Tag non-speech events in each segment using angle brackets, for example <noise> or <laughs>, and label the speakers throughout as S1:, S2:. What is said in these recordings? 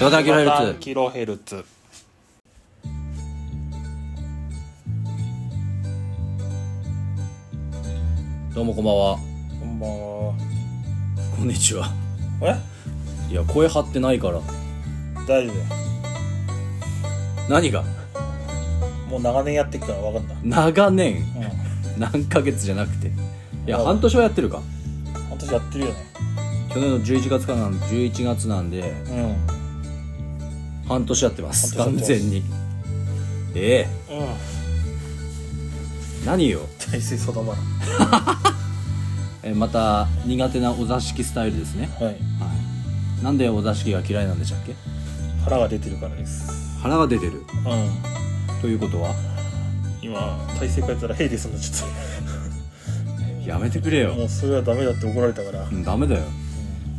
S1: ヨダキロヘル
S2: 4
S1: ツ
S2: キロヘルツ
S1: どうもこんばんは
S2: こんばんは
S1: こんにちは
S2: え
S1: いや声張ってないから
S2: 大丈夫
S1: 何が
S2: もう長年やってっから分かった
S1: 長年
S2: うん
S1: 何ヶ月じゃなくていや
S2: あ
S1: 半年はやってるか
S2: 私やってるよね
S1: 去年の11月かな11月なんで
S2: う
S1: 半年やってます
S2: 半
S1: 完
S2: 年やってます
S1: 全にええ
S2: んうん
S1: 何よ
S2: 大勢定まる
S1: えまた苦手なお座敷スタイルですね
S2: はい
S1: はいなんでお座敷が嫌いなんでしたっけ
S2: 腹が出てるからです
S1: 腹が出てる
S2: うん
S1: ということは
S2: 今体勢変えたらヘイデスになっちゃっ
S1: やめてくれ
S2: た <laughs>
S1: よ
S2: もうそれはダメだって怒られたから、
S1: うんダメだよ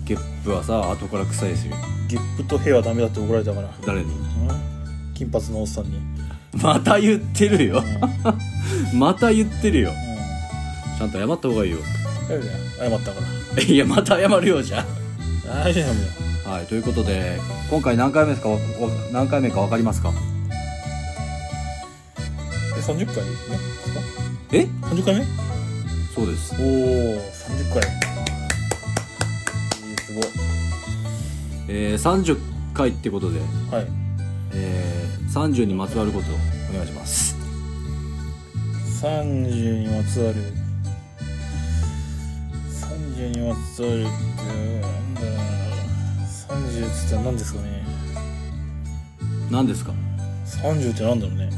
S1: ゲップはさ後から臭いですよ
S2: ゲップとヘイはダメだって怒られたから、
S1: 誰に
S2: うん、金髪のおっさんに、
S1: また言ってるよ
S2: うんうん、
S1: また言ってるよちゃんと謝った方がいいよ
S2: だよね謝ったから
S1: <laughs> いやまた謝るよじゃ
S2: 大丈夫だよ
S1: あはいということで今回何回目ですかわわ何回目か分かりますか
S2: え30回ね
S1: え
S2: 30回目
S1: そうです
S2: おお30回えーすごい
S1: えー、30回ってことで、
S2: はい
S1: えー、30にまつわることをお願いします
S2: 30にまつわる30にまつわるってなんだろうな30っつったら何ですかね
S1: 何ですか
S2: 30ってなんだろうね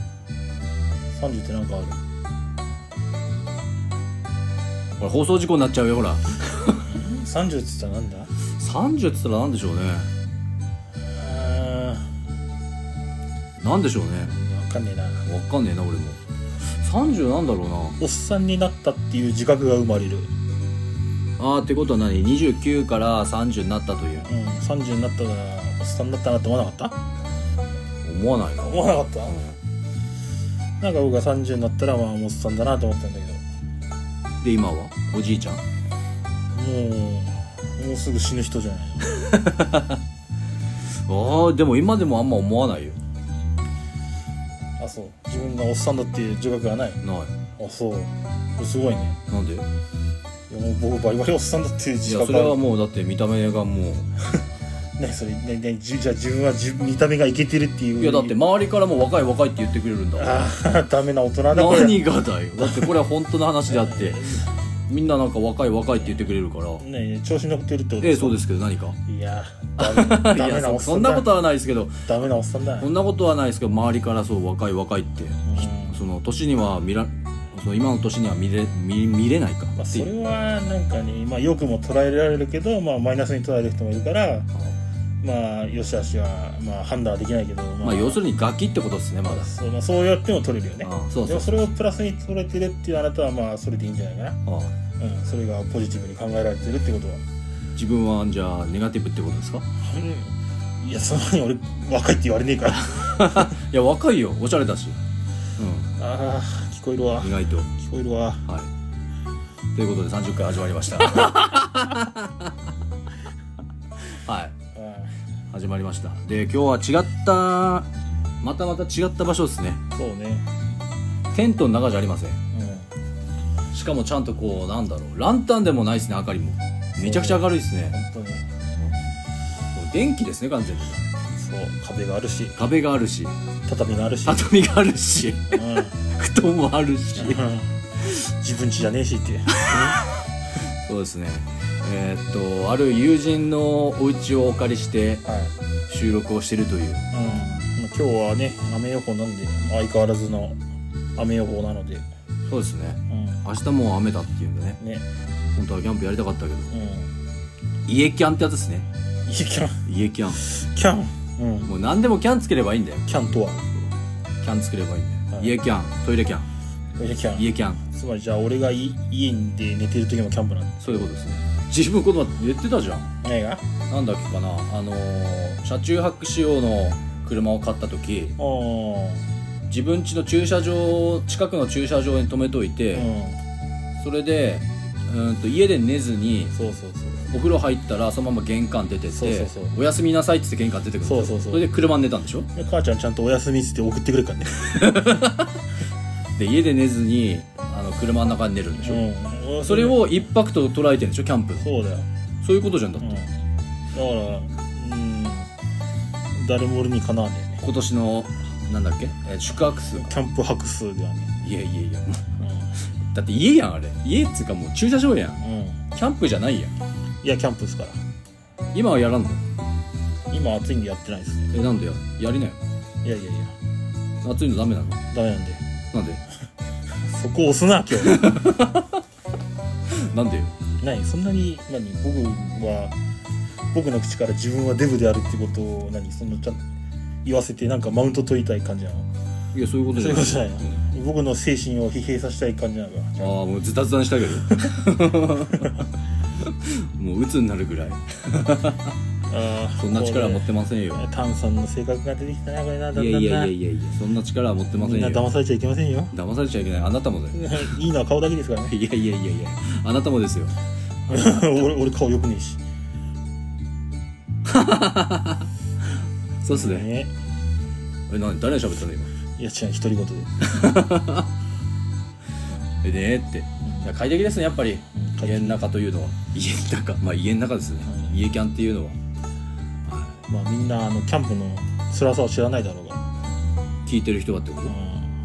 S2: 30ってなんかある
S1: これ放送事故になっちゃうよほら
S2: 30っつったらなんだ
S1: 30っつったら何でしょうね
S2: あ
S1: 何でしょうね
S2: ーわかんねえな
S1: わかんねえな俺も30なんだろう
S2: おっさんになったっていう自覚が生まれるう
S1: なあーってことは何29から30になったというん
S2: 30になったらおっさんだったなって思わなかった
S1: 思わないな
S2: 思わなかったなんか僕が30になったらまあおっさんだなと思ってたんだけど
S1: で今はおじいちゃん
S2: もうもうすぐ死ぬ人じゃない
S1: ああでも今でもあんま思わないよ
S2: あそう自分がおっさんだっていう自覚がない
S1: な
S2: あそうこれすごいね
S1: いなんでい
S2: いやもう僕バリバリおっさんだっていう自
S1: や
S2: 覚
S1: そ
S2: が
S1: れ
S2: ある
S1: はもうだって見た目がも
S2: ねそれねねじじゃあ自分はじ見た目がイケてるっていうう
S1: い
S2: い
S1: やだって周りからも若い若いって言ってくれるんだもん
S2: ああダメな大人だこれ
S1: 何がだよだってこれは本当の話であってみんななんか若い若いって言ってくれるから
S2: ねえ調子に乗ってるってこと
S1: ええそうですすけど何か
S2: いやダメダ
S1: <laughs> い
S2: メ
S1: や
S2: なお
S1: そ
S2: っさ
S1: そ
S2: ん
S1: ん
S2: だ
S1: なことはないですけど
S2: ダメなおっさんだ
S1: そんなことはないですけど周りからそう若い若いって
S2: うん
S1: その年には見らその今の年には見れ見見れないか
S2: まあ、
S1: っ
S2: そ
S1: て
S2: れ
S1: いう
S2: はなんかね、まあ、よくも捉えられるけど、まあ、マイナスに捉える人もいるからまあよしあしは、まあ、判断はできないけど、ま
S1: まあ要するにガキってことですねまだ
S2: そう,、まあ、そうやっても取れるよね
S1: ああそうそ
S2: でも
S1: う
S2: それをプラスに取れてるっていうあなたはまあそれでいいんじゃないかな、
S1: あ
S2: うん、それがポジティブに考えられてるってことは、
S1: 自分はじゃあネガティブってことですか <laughs>
S2: いやそんなに俺若いって言われね
S1: <laughs>
S2: えから
S1: いや若いよおしゃれだし
S2: あー聞こえるわ
S1: うん意外とは
S2: 聞こえるわ
S1: いということで30回始まりました <laughs> はい
S2: あ
S1: 始まりましたで今日は違ったまたまた違った場所ですね
S2: ーそうね、
S1: テントの中じゃありませんしかもちゃんとこうなんだろうランタンでもないですね明かりもめちゃくちゃ明るいです
S2: うん
S1: ね
S2: 本当に
S1: もう電気ですね完全に
S2: そう壁があるし
S1: 壁があるし
S2: 畳があるし、
S1: 畳があるし <laughs>
S2: うん
S1: 布団もあるし
S2: 自分家じゃねえしっていう
S1: そうですねえーっとある友人のお家をお借りして
S2: はい、
S1: 収録をしてるという
S2: うんまあ、今日はね雨予報なんで相変わらずの雨予報なので、
S1: そうですね
S2: うん、
S1: 明日もう雨だっていうんでね
S2: ね
S1: 本当はキャンプやりたかったけど
S2: うん
S1: 家キャンってやつですね
S2: いやキャン
S1: 家キャン
S2: キャン、うん、
S1: もう何でもキャンつければいいんだよ
S2: キャンとは
S1: キャンつければいいんだよ
S2: はい
S1: 家キャントイレキャン
S2: いやキャン
S1: 家キャン
S2: つまりじゃあ俺がい家で寝てる時もキャンプなん
S1: そういうことですね自分この前言ってたじゃん
S2: 何があ
S1: なんだっけかなあのー車中泊仕様の車を買った時
S2: あ
S1: 自分家の駐車場近くの駐車場に止めといて、
S2: うん
S1: それでうーんと家で寝ずに
S2: そうそうそ
S1: お
S2: う
S1: 風呂入ったらそのまま玄関出てって
S2: そうそうそう
S1: おやすみなさい」って言って玄関出てくるんだよ
S2: そうそうそう
S1: れで車に寝たんでしょ
S2: で母ちゃんちゃんとお休みっつって送ってくるからね、
S1: で家で寝ずにあの車の中で寝るんでしょ、
S2: うん、
S1: それを一泊と捉えてるんでしょキャンプの
S2: そうだよ、
S1: そういうことじゃんだ
S2: う
S1: って、
S2: ん、だからうん誰も俺にかなわねえね
S1: 今年のなんだっけ、えー宿泊数か
S2: キャンプ泊数ではね
S1: いやいやいやもうだって家やんあれ家っつうかもう駐車場やん
S2: うん、うん、
S1: キャンプじゃないやん
S2: いやキャンプですから
S1: 今はやらんの
S2: 今暑いんでやってないですね
S1: えなんでややりなよ
S2: いやいやいや
S1: 暑いのダメなの
S2: ダメなんで
S1: なんで
S2: そこ押すな今日 <laughs>
S1: なんでよ
S2: 何そんなに何僕は僕の口から自分はデブであるってことを何そのちゃん言わせてなんかマウント取りたい感じなの
S1: いやそういうことじゃない
S2: そういうことじゃ僕の精神を疲弊させたい感じなのか
S1: ああもうズタズタにしたけど <laughs> もう鬱になるぐらい
S2: あー
S1: そんな力は持って
S2: も
S1: ませんよ
S2: うね炭酸の性格が出てきたなこれなだんだん
S1: い
S2: な
S1: やいやいやいやいやそんな力は持ってませ
S2: み
S1: ん
S2: んな
S1: よ
S2: 騙されちゃいけませ
S1: <laughs>
S2: んよ
S1: 騙されちゃいけないあなたもだよ
S2: いいのは顔だけですから
S1: <laughs>
S2: ね
S1: いやいやいやいやあなたもですよ
S2: 俺俺顔よくねえし
S1: そうっすね
S2: ね
S1: え何誰に喋ったの今
S2: いや違う独り言で
S1: えねえっていや快適ですねやっぱり
S2: 快適
S1: 家の中というのは家の中まあ家の中ですね、
S2: は
S1: 家キャンっていうのは、は
S2: まあみんなあのキャンプの辛さを知らないだろうが、
S1: い聞いてる人はってこと、
S2: う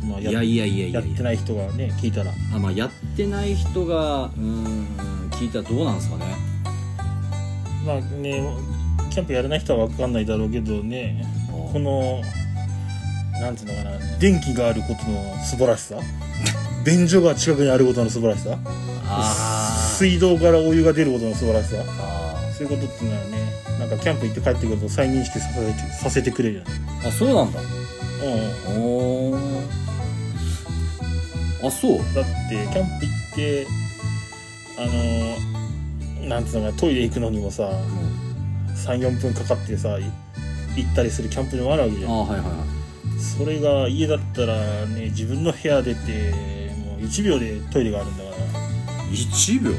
S2: んまあ、
S1: いやいやいやいや
S2: やってない人がね聞いたら
S1: あまあやってない人がうーん聞いたらどうなんですかね
S2: まあねキャンプやらない人は分かんないだろうけどねこのなんていうのかな電気があることの素晴らしさ <laughs> 便所が近くにあることの素晴らしさ
S1: あー
S2: 水道からお湯が出ることの素晴らしさ
S1: あ
S2: そういうことっていうのはねなんかキャンプ行って帰ってくると再認識させてさせてくれるよね
S1: ーあそうなんだ
S2: うんうん
S1: おーあそう
S2: だってキャンプ行ってあのなんていうのかなトイレ行くのにもさ34分かかってさい行ったりするキャンプでもあるわけじ
S1: あ
S2: ゃ
S1: ー
S2: ん
S1: はいはいはい
S2: それが家だったらね自分の部屋出てもう1秒でトイレがあるんだから、
S1: 1秒
S2: うんう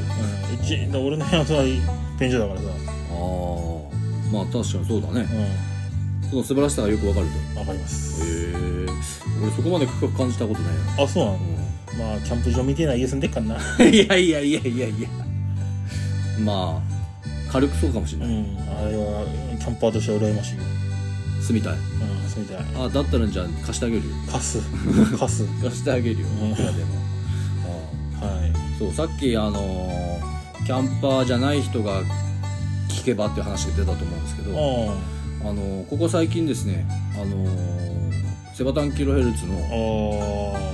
S2: ち、だから俺の部屋の隣便所だからさ
S1: ああまあ確かにそうだね
S2: う
S1: その素晴らしさがよくわかると
S2: んわかります
S1: へえ俺そこまで深く感じたことないな
S2: あそうなのまあキャンプ場みてえな家住んでっかんな
S1: <laughs> いやいやいやいやいやまあ軽くそうかもしれ
S2: う
S1: ない、
S2: んあれはキャンパーとしては羨ましいよ
S1: 住みたい
S2: うんそうみたい
S1: あだったらじゃあ貸してあげるよ
S2: カ <laughs> スカス
S1: 貸してあげるよ
S2: うん
S1: いくらでも
S2: <laughs> は
S1: そうさっきあのーキャンパーじゃない人が聞けばっていう話が出たと思うんですけ
S2: い
S1: ど
S2: ああ
S1: あのーここ最近ですねあのーセバタンキロヘルツの
S2: ああ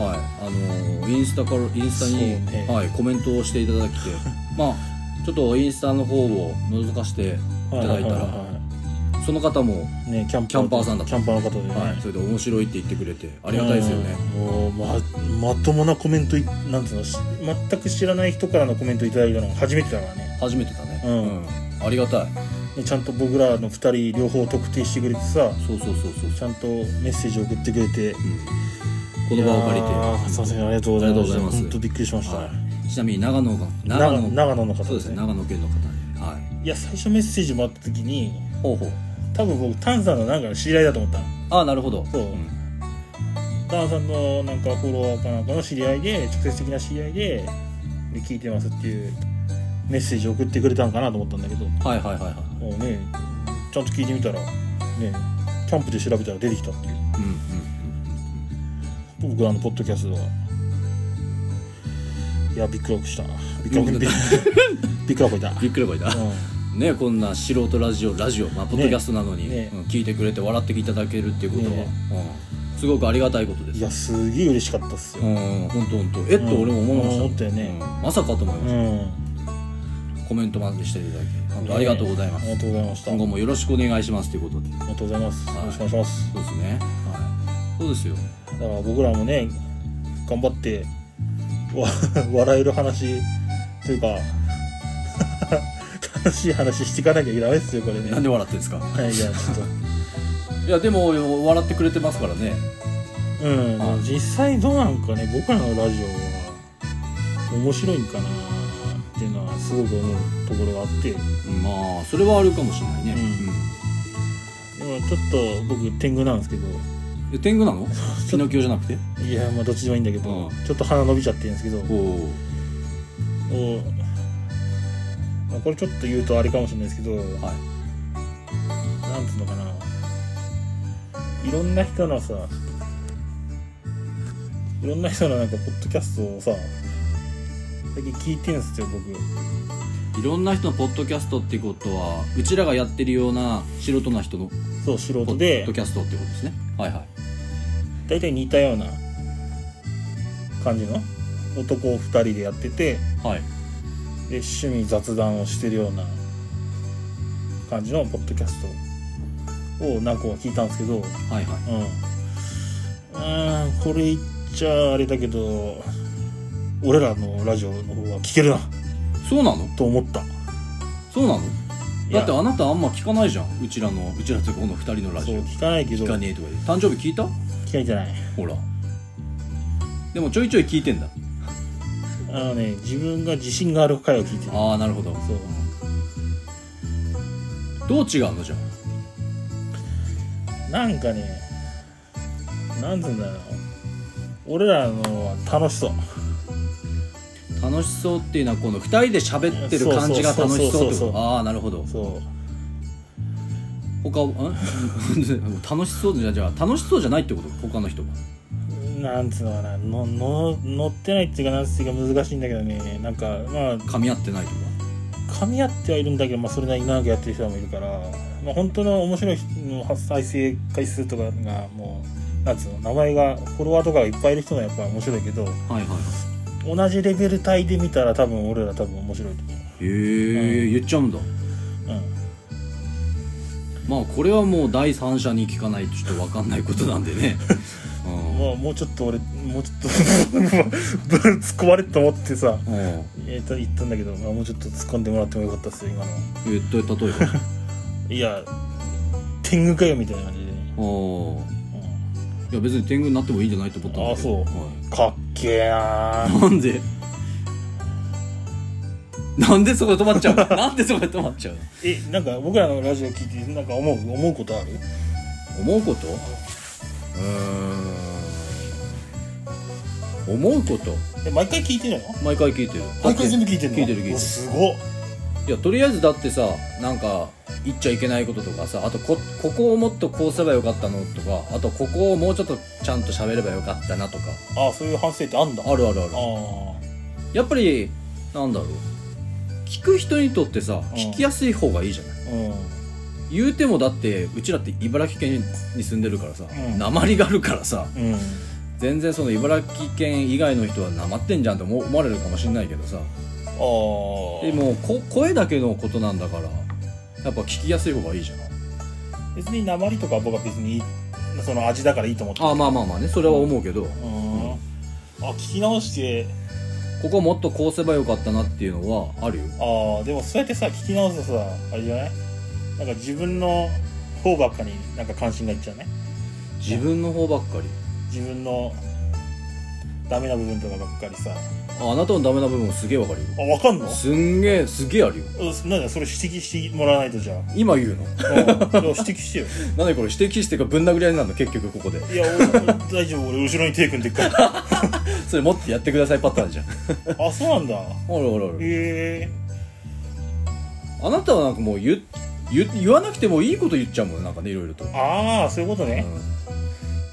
S1: はい、あのインスタからインスタに、
S2: そうね
S1: はい、コメントをしていただき
S2: <laughs>
S1: てまあちょっとインスタの方を覗かせていただいたら、その方も、
S2: ねキャン
S1: キャンパーさんだ
S2: キャンパーの方でね、
S1: はい、それで面白いって言ってくれてありがたいですよね、
S2: うんもうままともなコメントいなんつうのし全く知らない人からのコメントいただいたのが初めてだからね
S1: 初めてだね、
S2: うん
S1: ありがたい
S2: ねちゃんと僕らの2人両方特定してくれてさ
S1: そうそうそうそう
S2: ちゃんとメッセージ送ってくれて
S1: この場を借りて
S2: いやーすいませんありがとうございま
S1: ありがと
S2: す
S1: うございます
S2: 本当びっくりしました、
S1: はい、ちなみに長野が長
S2: 長
S1: 野
S2: 野長野の方
S1: そうですね長野県の方ではい
S2: いや最初メッセージもらった時に
S1: ほうほう
S2: 多分僕タンさんのなんか知り合いだと思ったの
S1: ああなるほど
S2: そうんダンさんのなんかフォロワーかなんかの知り合いで直接的な知り合いでで聞いてますっていうメッセージ送ってくれたんかなと思ったんだけども
S1: はいはいはいはいう
S2: ねちゃんと聞いてみたらねキャンプで調べたら出てきたっていう
S1: うんうん
S2: 僕らのポッドキャストはいやびっくりしたびっく
S1: <laughs>
S2: りびっびっくりこいた、う
S1: うんびっくりばいた
S2: ん、
S1: ねこんな素人ラジオラジオ、まあ、ポッドキャストなのに、
S2: ね
S1: うん聞いてくれて笑っていただけるっていうことは、
S2: ね
S1: うんすごくありがたいことで
S2: い
S1: す
S2: やすげえ嬉しかったっす
S1: う
S2: よ、
S1: ん本当本当えっと、
S2: うん
S1: 俺も思いました
S2: 思ったよね
S1: うんまさかと思いま
S2: う
S1: した、
S2: ん
S1: コメントまでしていただき本当ありがとうございます、
S2: ねありがとうございましたあ
S1: 今後もよろしくお願いしますということで
S2: りがとうございますよろしくお願いします
S1: そうですねはいそうですよ
S2: だから僕らもね頑張ってわ <laughs> 笑える話というか <laughs> 楽しい話していかなきゃダメですよこれね
S1: なんで笑ってんですか
S2: はいいやちょっ
S1: いやでも笑ってくれてますからね
S2: とうん、
S1: はい
S2: 実際どうなんかね僕らのラジオは面白いんかなってっていうのはすごく思うところがあって
S1: まあそれはあるかもしれないね、
S2: うんでもちょっと僕天狗なんですけど
S1: うんえ天狗な
S2: <laughs>
S1: のピノキオじゃなくて
S2: いやまあどっちでもいいんだけど、
S1: うん
S2: ちょっと鼻伸びちゃってるんですけど
S1: おお
S2: おまあこれちょっと言うとあれかもしれないですけど、
S1: はい
S2: なんつうのかないろんな人のさいろんな人のなんかポッドキャストをさ最近聞いてんすよ僕
S1: いろんな人のポッドキャストってことはうちらがやってるような素人な人の
S2: そう素
S1: ポ
S2: 人
S1: ッ
S2: で
S1: ドキャストってことですねはいはい
S2: 大体似たような感じの男2人でやってて
S1: はい
S2: で趣味雑談をしてるような感じのポッドキャストを何個か聞いたんですけ
S1: は
S2: ど
S1: いはい
S2: うんうーんこれ言っちゃあれだけど俺らのラジオの方は聞けるな
S1: そうなの
S2: と思ったい
S1: そうなの
S2: や
S1: だってあなたあんま聞かないじゃんうちらのうちらっていうかこの2人のラ
S2: そ
S1: ジ
S2: う
S1: オ
S2: 聞かないけど
S1: 聞かねえとか言って誕生日聞いた
S2: 聞かれてない
S1: ほらでもちょいちょい聞いてんだ
S2: あのね自分が自信がある回を聞いてる
S1: ああなるほど
S2: そう
S1: どう違うのじゃ
S2: なんかねなんつうんだろう俺らのは楽しそう
S1: あ楽しそうっていうのはこの2人で喋ってる感じが楽しそうって
S2: そうそうそうそう
S1: ことああなるほど
S2: そう
S1: 他をん <laughs> 楽しそうじゃじゃあ楽しそうじゃないってこと他の人が
S2: なんつうのかなのの乗ってないっていうかなんつうか難しいんだけどねなんかまあ
S1: 噛み合ってないとか
S2: 噛み合ってはいるんだけど、まあ、それなりに長くやってる人もいるから、まあ、本当の面白いの発再生回数とかがもうなんつうの名前がフォロワーとかがいっぱいいる人がやっぱ面白いけど
S1: はいはいはい
S2: 同じレベル帯で見たら多分俺ら多分面白いと思
S1: へえ言っちゃうんだ
S2: う、うん、
S1: まあこれはもう第三者に聞かないとちょっと分かんないことなんで <laughs> ね、うん
S2: まあもうちょっと俺もうちょっと <laughs> 突っ込まれると思ってさ
S1: うん、
S2: えっと言ったんだけど、まあ、もうちょっと突っ込んでもらってもよかったっすよ今のは
S1: えっと例えば
S2: いや天狗かよみたいな感じで、
S1: <laughs>
S2: ね
S1: ああ
S2: う
S1: いや別に天狗になってもいいんじゃないと思ったんだけど
S2: あ
S1: は
S2: ん、かっけえなー
S1: いなんでなんでそこで止まっち <laughs> ゃうのなんでそこで止まっちゃうの
S2: えなんか僕らのラジオ聞いてなんか思う思うことある
S1: 思うことうーん思うこと
S2: え毎回聞いてるの
S1: 毎回聞いてる
S2: 毎回全部聞いてるの
S1: 聞いてる聞いて
S2: う
S1: る
S2: わすごっ
S1: いやとりあえずだってさなんか言っちゃいけないこととかさあとこここをもっとこうすればよかったのとかあとここをもうちょっとちゃんと喋ればよかったなとか
S2: あそういう反省ってあんだ
S1: あるあるあ
S2: あ
S1: る
S2: ー
S1: やっぱりなんだろう聞く人にとってさ聞きやすい方がいいじゃない
S2: うん
S1: 言うてもだってうちらって茨城県に住んでるからさ
S2: うん
S1: 鉛があるからさ
S2: うん
S1: 全然その茨城県以外の人は鉛ってんじゃんって思思われるかもしれないけどさ
S2: ああ
S1: でもこ声だけのことなんだからやっぱ聞きやすい方がいいじゃん
S2: 別に鉛とか僕は別にいいその味だからいいと思って
S1: あまあまあまあねそれは思うけど、
S2: うーんあ聞き直して
S1: ここもっとこうすればよかったなっていうのはあるよ
S2: ああでもそうやってさ聞き直すとさあれじゃないなんか自分の方ばっかになんか関心がいっちゃうね
S1: 自分の方ばっかり
S2: 自分のダメな部分とかばっかりさあ
S1: ああなたのダメな部分すげえわかるよ
S2: わかんの
S1: すんげえすげえあるよ
S2: うんなんだそれ指摘してもらわないとじゃあ
S1: 今言う <laughs> の
S2: うんいや指摘してよ
S1: なんでこれ指摘してかぶん殴り合いになるの結局ここで
S2: いや俺大丈夫俺後ろに手組んでっから
S1: それ持ってやってくださいパターンじゃんあ
S2: あそうなんだ
S1: らあらあ
S2: へえ
S1: らあなたはなんかもう言言言わなくてもいいこと言っちゃうもんなんかねいろいろと、
S2: ああそういうこと
S1: うん
S2: ね、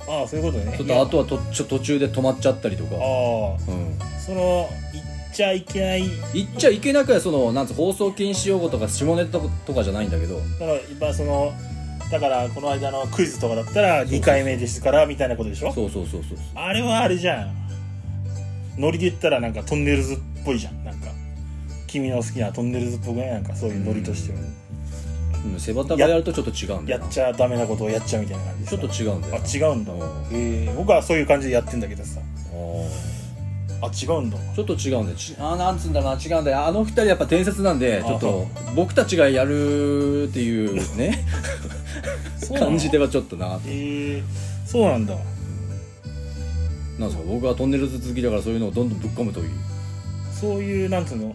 S2: ああそういうことね
S1: ちょっとあとはとちょ途中で止まっちゃったりとか
S2: い
S1: う
S2: やあ
S1: ん
S2: あその言っちゃいけない
S1: 言っちゃいけなくはそのなんつう放送禁止用語とか下ネタとかじゃないんだけど
S2: だからやっぱそのだからこの間のクイズとかだったら2回目ですからみたいなことでしょ
S1: そうそうそうそう
S2: あれはあれじゃんノリで言ったらなんかトンネルズっぽいじゃんなんか君の好きなトンネルズっぽくないなんかそういうノリとしては
S1: うん背バタがやるとちょっと違うんだ
S2: や
S1: よな
S2: っちゃダメなことをやっちゃうみたいな感じで
S1: ち
S2: し
S1: ょっと違うんだよな
S2: あ違うんだ
S1: うんあ
S2: えー、僕はそういう感じでやってんだけどさ
S1: ー
S2: あ違うんだ
S1: ちょっと違うんだよちあーなんつうんだろうな違うんだよあの二人やっぱ伝説なんで
S2: あ
S1: ちょっと僕たちがやるっていうね
S2: <laughs>
S1: <laughs>
S2: そうなの
S1: 感じではちょっとななんで
S2: えー、そうなんだ
S1: すか僕はトンネルズ好きだからそういうのをどんどんぶっ込むという
S2: そういうなんつうの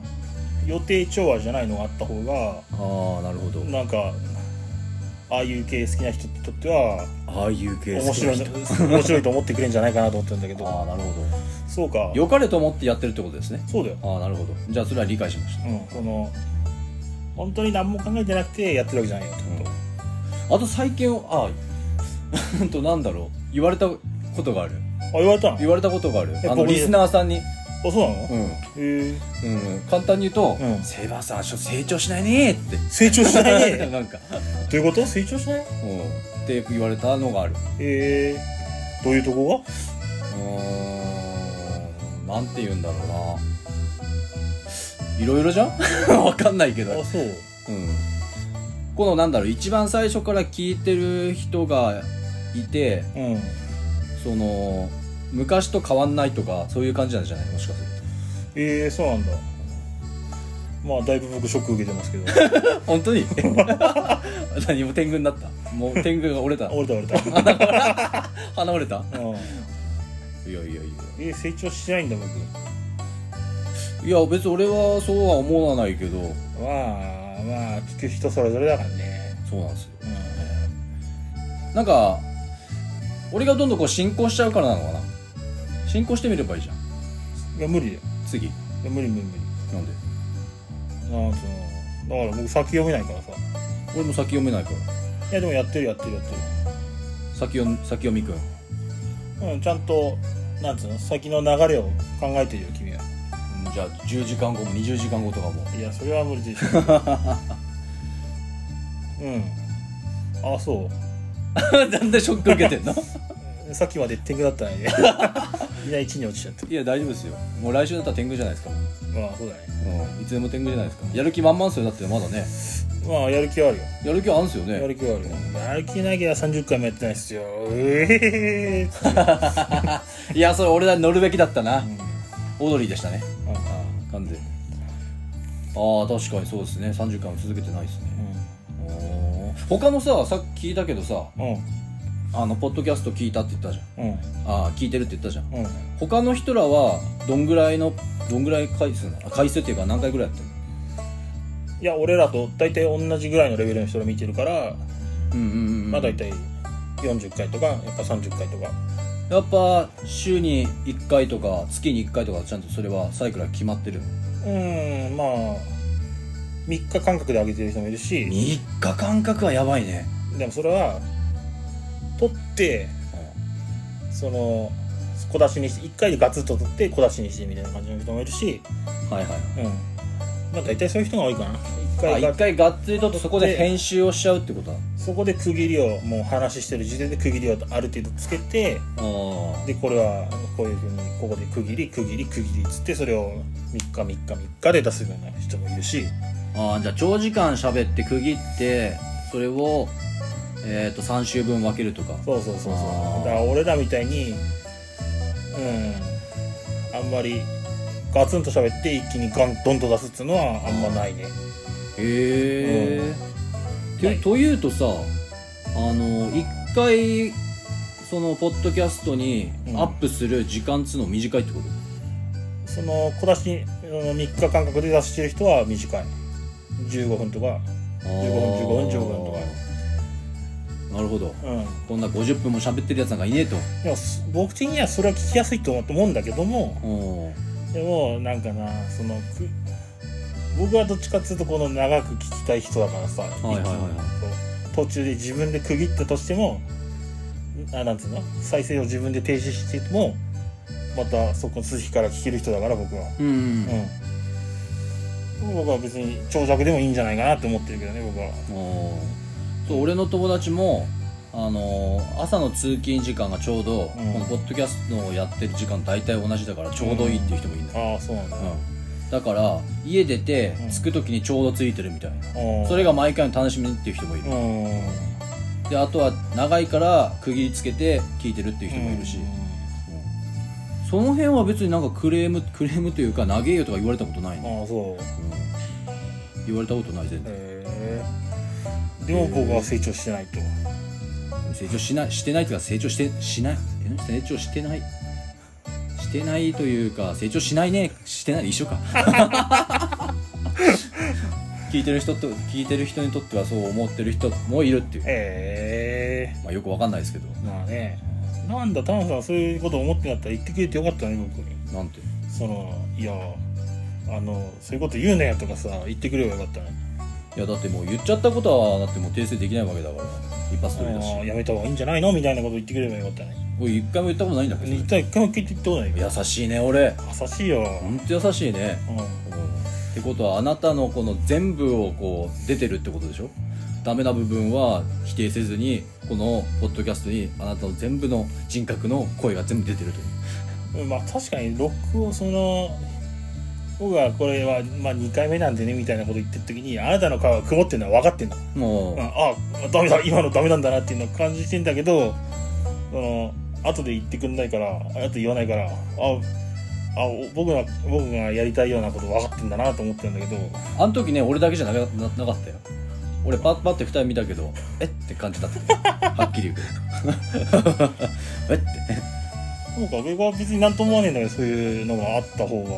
S2: 予定調和じゃないのがあった方が
S1: ああなるほど
S2: なんかああいう系好きな人にとっては
S1: ああいう系好
S2: 面
S1: き
S2: 白
S1: ない人
S2: 面白いと思ってくれんじゃないかなと思ってるんだけど
S1: ああなるほ
S2: そうか
S1: ど良かれと思ってやってるってことですね
S2: そうだよ、
S1: ああなるほどじゃあそれは理解しまし
S2: うん、この本当に何も考えてなくてやってるわけじゃないよってこと、
S1: たあと最近あ <laughs> あうんとなんだろう言われたことがある
S2: あ言われたの
S1: 言われたことがある
S2: え
S1: あの
S2: 僕
S1: リスナーさんに
S2: あそうなの、
S1: う
S2: へ
S1: ん
S2: え
S1: うん、簡単に言うと「
S2: うん
S1: セイバーさんちょっと成長しないね」って
S2: 成長しない
S1: <laughs>
S2: ね <laughs>
S1: なんか、
S2: どういうこと成長しないへ
S1: うん、って言われたのがある
S2: えどういうとこが
S1: うーんなんて言うんだろうないろいろじゃん <laughs> わかんないけど、うん
S2: あ、そう
S1: このなんだろう一番最初から聞いてる人がいて
S2: うん
S1: その昔と変わんないとかそういう感じなんじゃないもしかする
S2: ええそうなんだまあだいぶ僕ショック受けてますけ <laughs> ど
S1: と <laughs> 本当に何も天狗になったもう天狗が折れた
S2: 折れた折れた、
S1: 鼻折れた
S2: うん、
S1: いやいやいや
S2: えー、成長してないんだ僕
S1: いや別に俺はそうは思わないけど
S2: まあまあ聞く人それぞれだからね
S1: そうなんですよ
S2: うん
S1: なんか俺がどんどんこう進行しちゃうからなのかな進行してみればいいじゃん
S2: いや無理だよ
S1: 次
S2: いや無理無理無理
S1: なんで
S2: なんつうのだから僕先読めないからさ
S1: 俺も先読めないから
S2: いやでもやってるやってるやって
S1: 先読先読みくん
S2: るうんちゃんとなんつうの先の流れを考えてるよ君は
S1: うんじゃあ10時間後も20時間後とかも
S2: いやそれは無理でし <laughs> ょうんあそ
S1: <laughs> なんでショック受けてんの
S2: うさっきまで天狗だったのに <laughs> ねいや一に落ちちゃっ
S1: <laughs>
S2: た
S1: いや大丈夫ですよもう来週だったら天狗じゃないですか、
S2: まあそうだね
S1: うん、いつでも天狗じゃないですかやる気満々っすよだってまだね
S2: まあやる気はあるよ
S1: やる気あんすよ
S2: や
S1: ね
S2: る気はあるよやる気なきゃ30回もやってないっすよええー
S1: いやそれ俺ら乗るべきだったな、オードリーでしたね
S2: うんあ
S1: 完全にああ確かにそうですね30回も続けてないですねおー他のささっき聞いたけどさ
S2: うんうん
S1: あのポッドキャスト聞いたって言ったじゃん
S2: うん
S1: ああ聞いてるって言ったじゃん
S2: うん
S1: 他の人らはどんぐらいのどんぐらい回数なのあ回数っていうか何回ぐらいやってる
S2: いや俺らと大体同じぐらいのレベルの人が見てるから
S1: うんうんうん、うん、
S2: まあ大体40回とかやっぱ30回とか
S1: やっぱ週に1回とか月に1回とかちゃんとそれはサイクルは決まってる
S2: うんまあ3日間隔で上げてる人もいる
S1: 3
S2: し
S1: 日間隔はやばいね
S2: でもそれは取ってその小出しにして1回でガツッと取って小出しにしてみたいな感じの人もいるし
S1: はいはい
S2: うんまあ大体そういう人が多いかな1
S1: あ
S2: 回が
S1: 一回がっつりとってそこで編集をしちゃうってことな
S2: そこで区切りをもう話してる時点で区切りをある程度つけて
S1: のあ
S2: でこれはこういうふうにここで区切り区切り区切りっつってそれを3日3日3日で出すような人もいるし
S1: ーあーじゃあ長時間喋って区切ってそれをえっ、と3週分分けるとか
S2: そうそうそう
S1: あ
S2: そ
S1: ー
S2: うだから俺らみたいにうんあんまりガツンと喋って一気にガンドンと出すっつうのはあんまないね
S1: へえ、て
S2: はい
S1: というとさあの一回そのポッドキャストに
S2: うん
S1: アップする時間っつうの短いってこと、
S2: その小出しに3日間隔で出してる人は短い15分とか
S1: あー
S2: 15分15分とか
S1: なるほど
S2: うん
S1: こんな50分も喋ってるやつなんかいねえと
S2: でもす僕的にはそれは聞きやすいと思思うんだけども
S1: うん
S2: でもなんかなそのく僕はどっちかっていうとこの長く聞きたい人だからさ、
S1: はいはいはいはい
S2: 一気にこう途中で自分で区切ったとしてもあなんつうの再生を自分で停止してもまたそこの続きから聞ける人だから僕は、
S1: うん、うん
S2: うん、僕は別に長尺でもいいんじゃないかなって思ってるけどね僕は
S1: おーそう俺の友達も、あのー朝の通勤時間がちょうど、
S2: うん
S1: このポッドキャストをやってる時間大体同じだからちょうどいいっていう人もいるんだよ、
S2: ああそうなんだ、
S1: うんだから家出て
S2: うん
S1: 着く時にちょうど着いてるみたいな、
S2: うん
S1: それが毎回の楽しみっていう人もいる、
S2: うん
S1: であとは長いから区切りつけて聞いてるっていう人もいるし、うんその辺は別になんかクレームクレームというか長えよとか言われたことないね、
S2: ああそう
S1: うん言われたことない全然
S2: へえでも僕は成長してないと
S1: 成長しないしてないというか成長してしないえ成長してないしてないというか成長しないねしてない一緒か <laughs> 聞いてる人と聞いてる人にとってはそう思ってる人もいるっていう、
S2: え
S1: まあ、よくわかんないですけど
S2: えまあねなんだタンさんそういうこと思ってなかったら言ってくれてよかったね僕に
S1: なんて
S2: そのいやあのそういうこと言うねとかさ言ってくればよかったね
S1: いやだってもう言っちゃったことはだってもう訂正できないわけだから一発取りだし
S2: あーやめた方がいいんじゃないのみたいなこと言ってくればよかったね
S1: 俺一回も言ったことないんだけど
S2: 一体一回も聞いて言ってことないよ
S1: 優しいね俺
S2: 優しいよ、
S1: ほんと優しいね
S2: うん
S1: ってことはあなたのこの全部をこう出てるってことでしょダメな部分は否定せずにこのポッドキャストにあなたの全部の人格の声が全部出てるという
S2: まあ確かに録をその僕がこれは、まあ、2回目なんでねみたいなこと言ってる時にあなたの顔が曇ってるのは分かってんだ、
S1: も
S2: うん、あダメだ今のダメなんだなっていうのを感じてんだけどその後で言ってくんないから後で言わないからああお僕が僕がやりたいようなこと分かってんだなと思ってたんだけど
S1: うあの時ね俺だけじゃなかななかったよ俺パッパって二人見たけどえって感じだったはっきり言うけど <laughs> えって
S2: そうか僕は別になんとも思わねえんだけどそういうのがあった方が、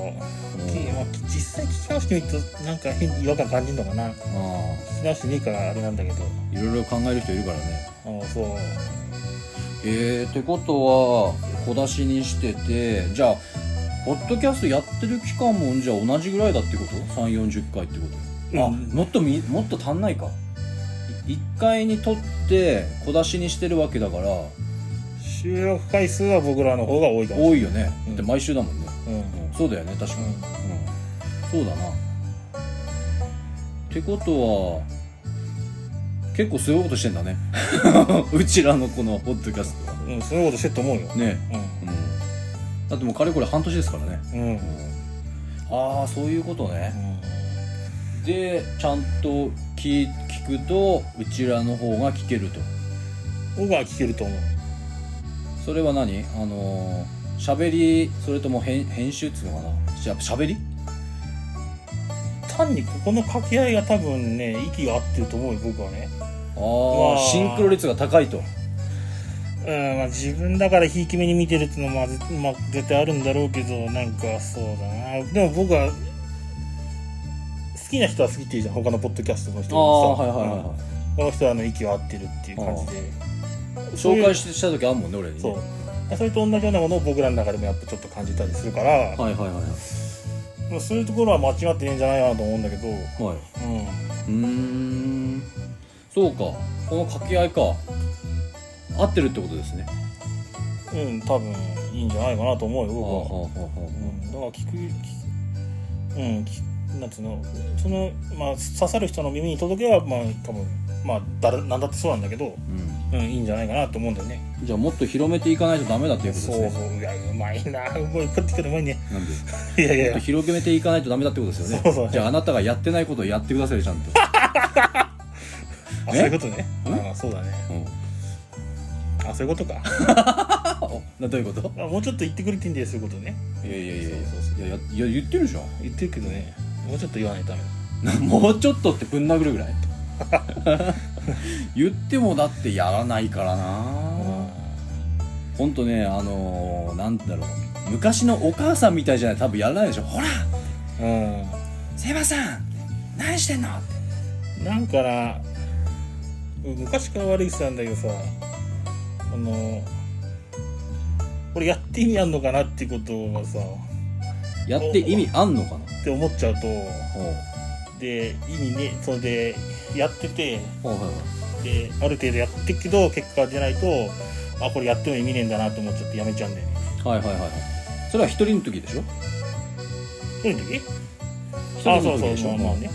S2: きまあ、実際聞き直してみるとなんか変に違和感感じるのか
S1: う
S2: な
S1: んあ
S2: 聞き直してねえからあれなんだけど
S1: あいろいろ考える人いるからね
S2: あそう
S1: えー、ってことは小出しにしててじゃあポッドキャストやってる期間もじゃあ同じぐらいだってこと3 4 0回ってこと、あ
S2: うん
S1: もっとみもっと足んないか1回にとって小出しにしてるわけだから
S2: 収録回数は僕らの方が多いかもし
S1: 多いよねだって毎週だもんね、
S2: れない、
S1: うんそうだよね確かに、うん、そうだなってことは結構すごいことしてんだね <laughs> うちらのこのポッドキャストは
S2: うんうん、そういうことしてると思うよ、
S1: ねうん、だってもうかれこれ半年ですからね、
S2: うんうん
S1: ああそういうことねでちゃんと聞聞くとうちらの方が聞けると
S2: 僕は聞けると思う
S1: それは何あのー、しゃべりそれとも編編集っつうのかなしゃしゃべり
S2: 単にここの掛け合いが多分ね息が合ってると思うよ僕はね
S1: あ
S2: あ
S1: あシンクロ率が高いと
S2: うんまあ自分だからひいき目に見てるっていうのは、まあ、まあ絶対あるんだろうけどなんかそうだなでも僕は好きな人は好きっていうじゃん他のポッドキャストの人
S1: ああ
S2: も
S1: は
S2: さ
S1: いはいはい
S2: う
S1: は
S2: んこの人はあの息が合ってるっていう感じで
S1: い紹介しした時あんもんね俺にね
S2: そうそれと同じようなものを僕らの中でもやっぱちょっと感じたりするから、
S1: はいはいはいは
S2: まあ、そういうところは間違ってねえんじゃないかなと思うんだけど、うん、
S1: いはいうーんそうかこの掛け合いか合ってるってことですね
S2: うん、多分いいんじゃないかなと思うよ
S1: あーは
S2: 僕は、
S1: あはあはあ
S2: うん、だから聞く聞くうん聞なんつうのそのまあ刺さる人の耳に届けばまあ多分まあ誰なんだってそうなんだけど、
S1: うん
S2: うん、いいんじゃないかなと思うんだよね
S1: じゃあもっと広めていかないとダメだっていうことです
S2: そう
S1: ね。
S2: そういやうまいなうまい食ってくるうまいね
S1: なんで
S2: いやいや
S1: も
S2: い
S1: っと
S2: や
S1: 広めていかないとダメだってことですよね。
S2: そうそう
S1: じゃああなたがやってないことをやってくださいよちゃんと。
S2: あ
S1: え
S2: そういうことね
S1: ん
S2: あそうだね
S1: うん
S2: あそういうことか
S1: あおなどういうこと？
S2: あもうちょっと言ってくれていいんだよそういうことね
S1: いやいやいやいや
S2: そうそうそう
S1: いややいや言ってるじゃ
S2: 言ってるけどねもうちょっと言わないとダメだ
S1: ん。もうちょっとってぶん殴るぐらい。言ってもだってやらないからな。ほんとねあのー、なんだろう昔のお母さんみたいじゃない多分やらないでしょ。ほら
S2: うん
S1: セバさん何してんのって。
S2: なんかな昔から悪い人なんだけどさあのこれやって意味あんのかなっていうことがさっ
S1: やって意味あんのかな。
S2: て思っちゃうと
S1: ほう
S2: で意味ねそれでやってて
S1: ほうほうほう。
S2: である程度やってっけど結果が出ないとあこれやっても意味ねえんだなと思っちゃってやめちゃうんだよね
S1: はいはいはいはいそれは一人の時でしょ
S2: そういう時
S1: 一
S2: あ
S1: 人
S2: そ
S1: の
S2: う
S1: 時
S2: そう
S1: でし
S2: そ
S1: ょ
S2: うまあね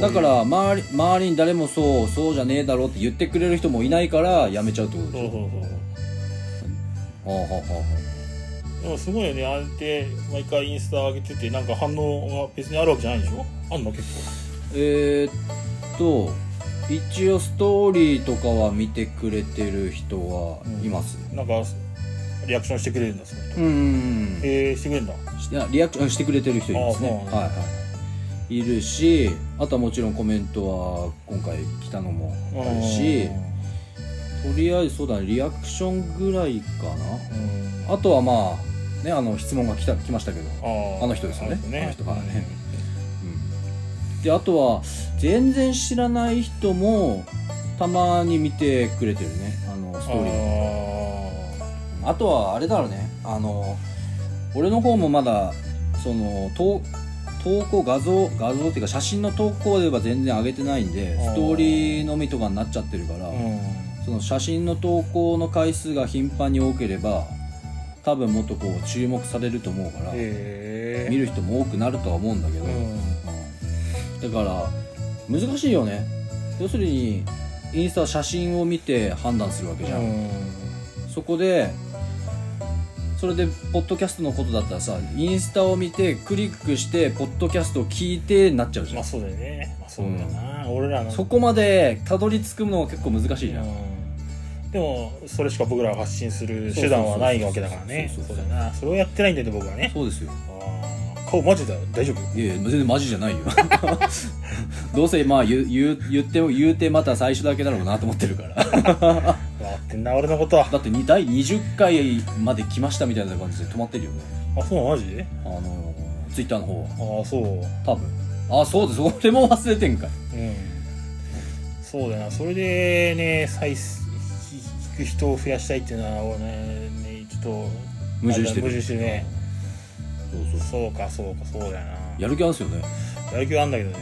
S1: だから周り周りに誰もそうそうじゃねえだろって言ってくれる人もいないからやめちゃうってことで
S2: そ
S1: しょ
S2: ういうそうそうそう
S1: はあはあは
S2: でもすごいよねあれって毎回インスタ上げててなんか反応が別にあるわけじゃないんでしょあんの結構
S1: あえー、っと一応ストーリーとかは見てくれてる人はいます
S2: なんかリアクションしてくれるんだその人
S1: うんうんうん
S2: えー、してくれるんだ
S1: いやリアクションしてくれてる人いますね
S2: あそう
S1: はいはいいるしあとはもちろんコメントは今回来たのもあるしとりあえずそうだねリアクションぐらいかな
S2: うん
S1: あとはまあねあの質問が来た来ましたけど、
S2: あー
S1: あの人ですよね
S2: あの人ね
S1: あの人からね
S2: うん
S1: うであとは全然知らない人もたまに見てくれてるねあのストーリー
S2: あ
S1: あとはあれだろうねあの俺の方もまだその投投稿画像画像っていうか写真の投稿では全然上げてないんで
S2: あー
S1: ストーリーのみとかになっちゃってるから、
S2: ーうん
S1: その写真の投稿の回数が頻繁に多ければ多分もっとこう注目されると思うから、
S2: へえ
S1: 見る人も多くなるとは思うんだけど、
S2: うん
S1: うんだから難しいよね要するにインスタは写真を見て判断するわけじゃん、そこでそれでポッドキャストのことだったらさインスタを見てクリックしてポッドキャストを聞いてになっちゃうじ
S2: ま
S1: ゃ
S2: あ
S1: ん
S2: そうだよねまあそうだよな、俺らの
S1: そこまでたどり着くのは結構難しいじゃん、
S2: うんでもそれしか僕らが発信する手段はないわけだからね
S1: そうそ
S2: そうう
S1: そ
S2: だ
S1: うそう
S2: なそれをやってないんだよね僕はね
S1: そうですよ
S2: あー顔マジだよ大丈夫
S1: いやいや全然マジじゃないよ <laughs> どうせまあ言う言う言っても言うてまた最初だけだろうなと思ってるから
S2: わかってんな俺のことは
S1: だってに第20回まで来ましたみたいな感じで止まってるよね
S2: あそうマジ
S1: あのツイッターの方は
S2: ああそうう
S1: 多分あそうです俺も忘れてんかい
S2: んそうだなそれでね再生聞く人を増やしたいっていうのは俺ねねちょっと
S1: 矛盾してる
S2: 矛盾してるね
S1: そうそう
S2: そうかそうかそうだよ
S1: <laughs>
S2: な
S1: やる気あるんですよね
S2: やる気はあんだけどね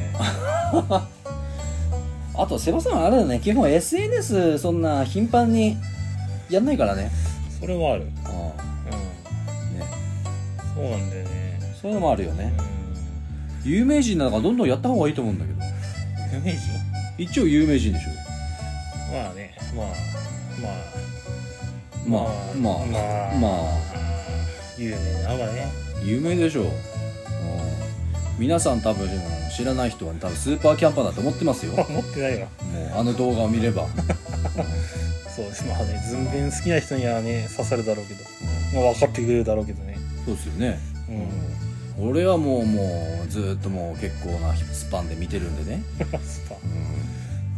S1: あと瀬場さんあれだね基本 SNS そんな頻繁にやんないからね
S2: それもあるうん
S1: あね
S2: そうなんだよね
S1: そういうのもあるよ
S2: う
S1: ね
S2: ん
S1: 有名人なんかどんどんやった方がいいと思うんだけど
S2: 有名人
S1: 一応有名人でしょ
S2: まあねまあ
S1: ま
S2: ま
S1: あ
S2: あ
S1: まあ
S2: まあ
S1: まあ
S2: 有名なのがね
S1: 有名でしょう、うん、皆さん多分知らない人は、多分スーパーキャンパーだと思ってます <laughs> よもう
S2: 持ってないわ
S1: あの動画を見れば
S2: そうですまあね寸ん好きな人にはね刺さるだろうけど、まあ、分かってくれるだろうけどね
S1: そうですよね
S2: う
S1: 俺はもうもうずーっともう結構なスパンで見てるんでね
S2: んスパ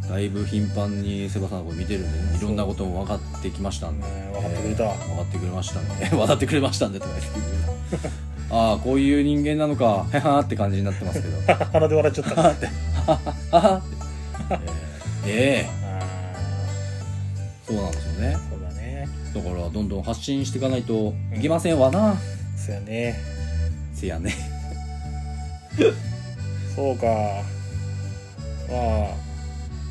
S1: だいぶ頻繁にセバさんのこと見てるんで、ね、いろんなことも分かってきましたんで、
S2: ね分かってくれた、
S1: えー分かってくれましたんで <laughs> 分かってくれましたんでとか言ってああこういう人間なのかははって感じになってますけど <laughs> は
S2: 鼻で笑っちゃ <laughs> ったあ
S1: はってえーえ
S2: ー
S1: ーそうなんですよね
S2: そうだね
S1: だからどんどん発信していかないといけませんわな、
S2: そうやね
S1: せやね <laughs>
S2: そうかまあ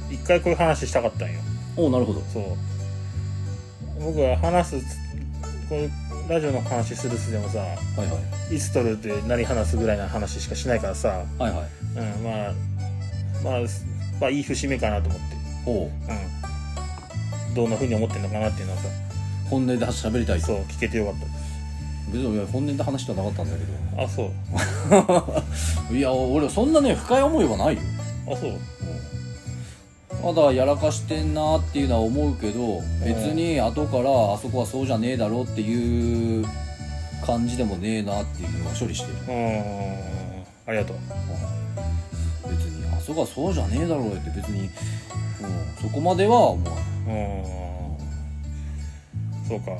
S2: 一回こういう話したかったんよ
S1: おおなるほど
S2: そう僕は話すこういうラジオの話するつでもさ
S1: はいはい
S2: つ撮るって何話すぐらいの話しかしないからさ、
S1: いはいはい
S2: うん、まあまあまあいい節目かなと思って
S1: おう
S2: うん、どんな風に思ってんのかなっていうのはさ、
S1: 本音で喋りたいと
S2: そう聞けてよかったです
S1: 別に俺本音で話してはなかったんだけど
S2: あそう
S1: いや俺そんなね深い思いはないよ
S2: あそう
S1: まだやらかしてんなっていうのは思うけど別に後からあそこはそうじゃねえだろうっていう感じでもねえなっていうのは処理してる
S2: うーんありがとう
S1: 別にあそこはそうじゃねえだろうよって別に、うん、そこまでは思わないう
S2: ーんそうか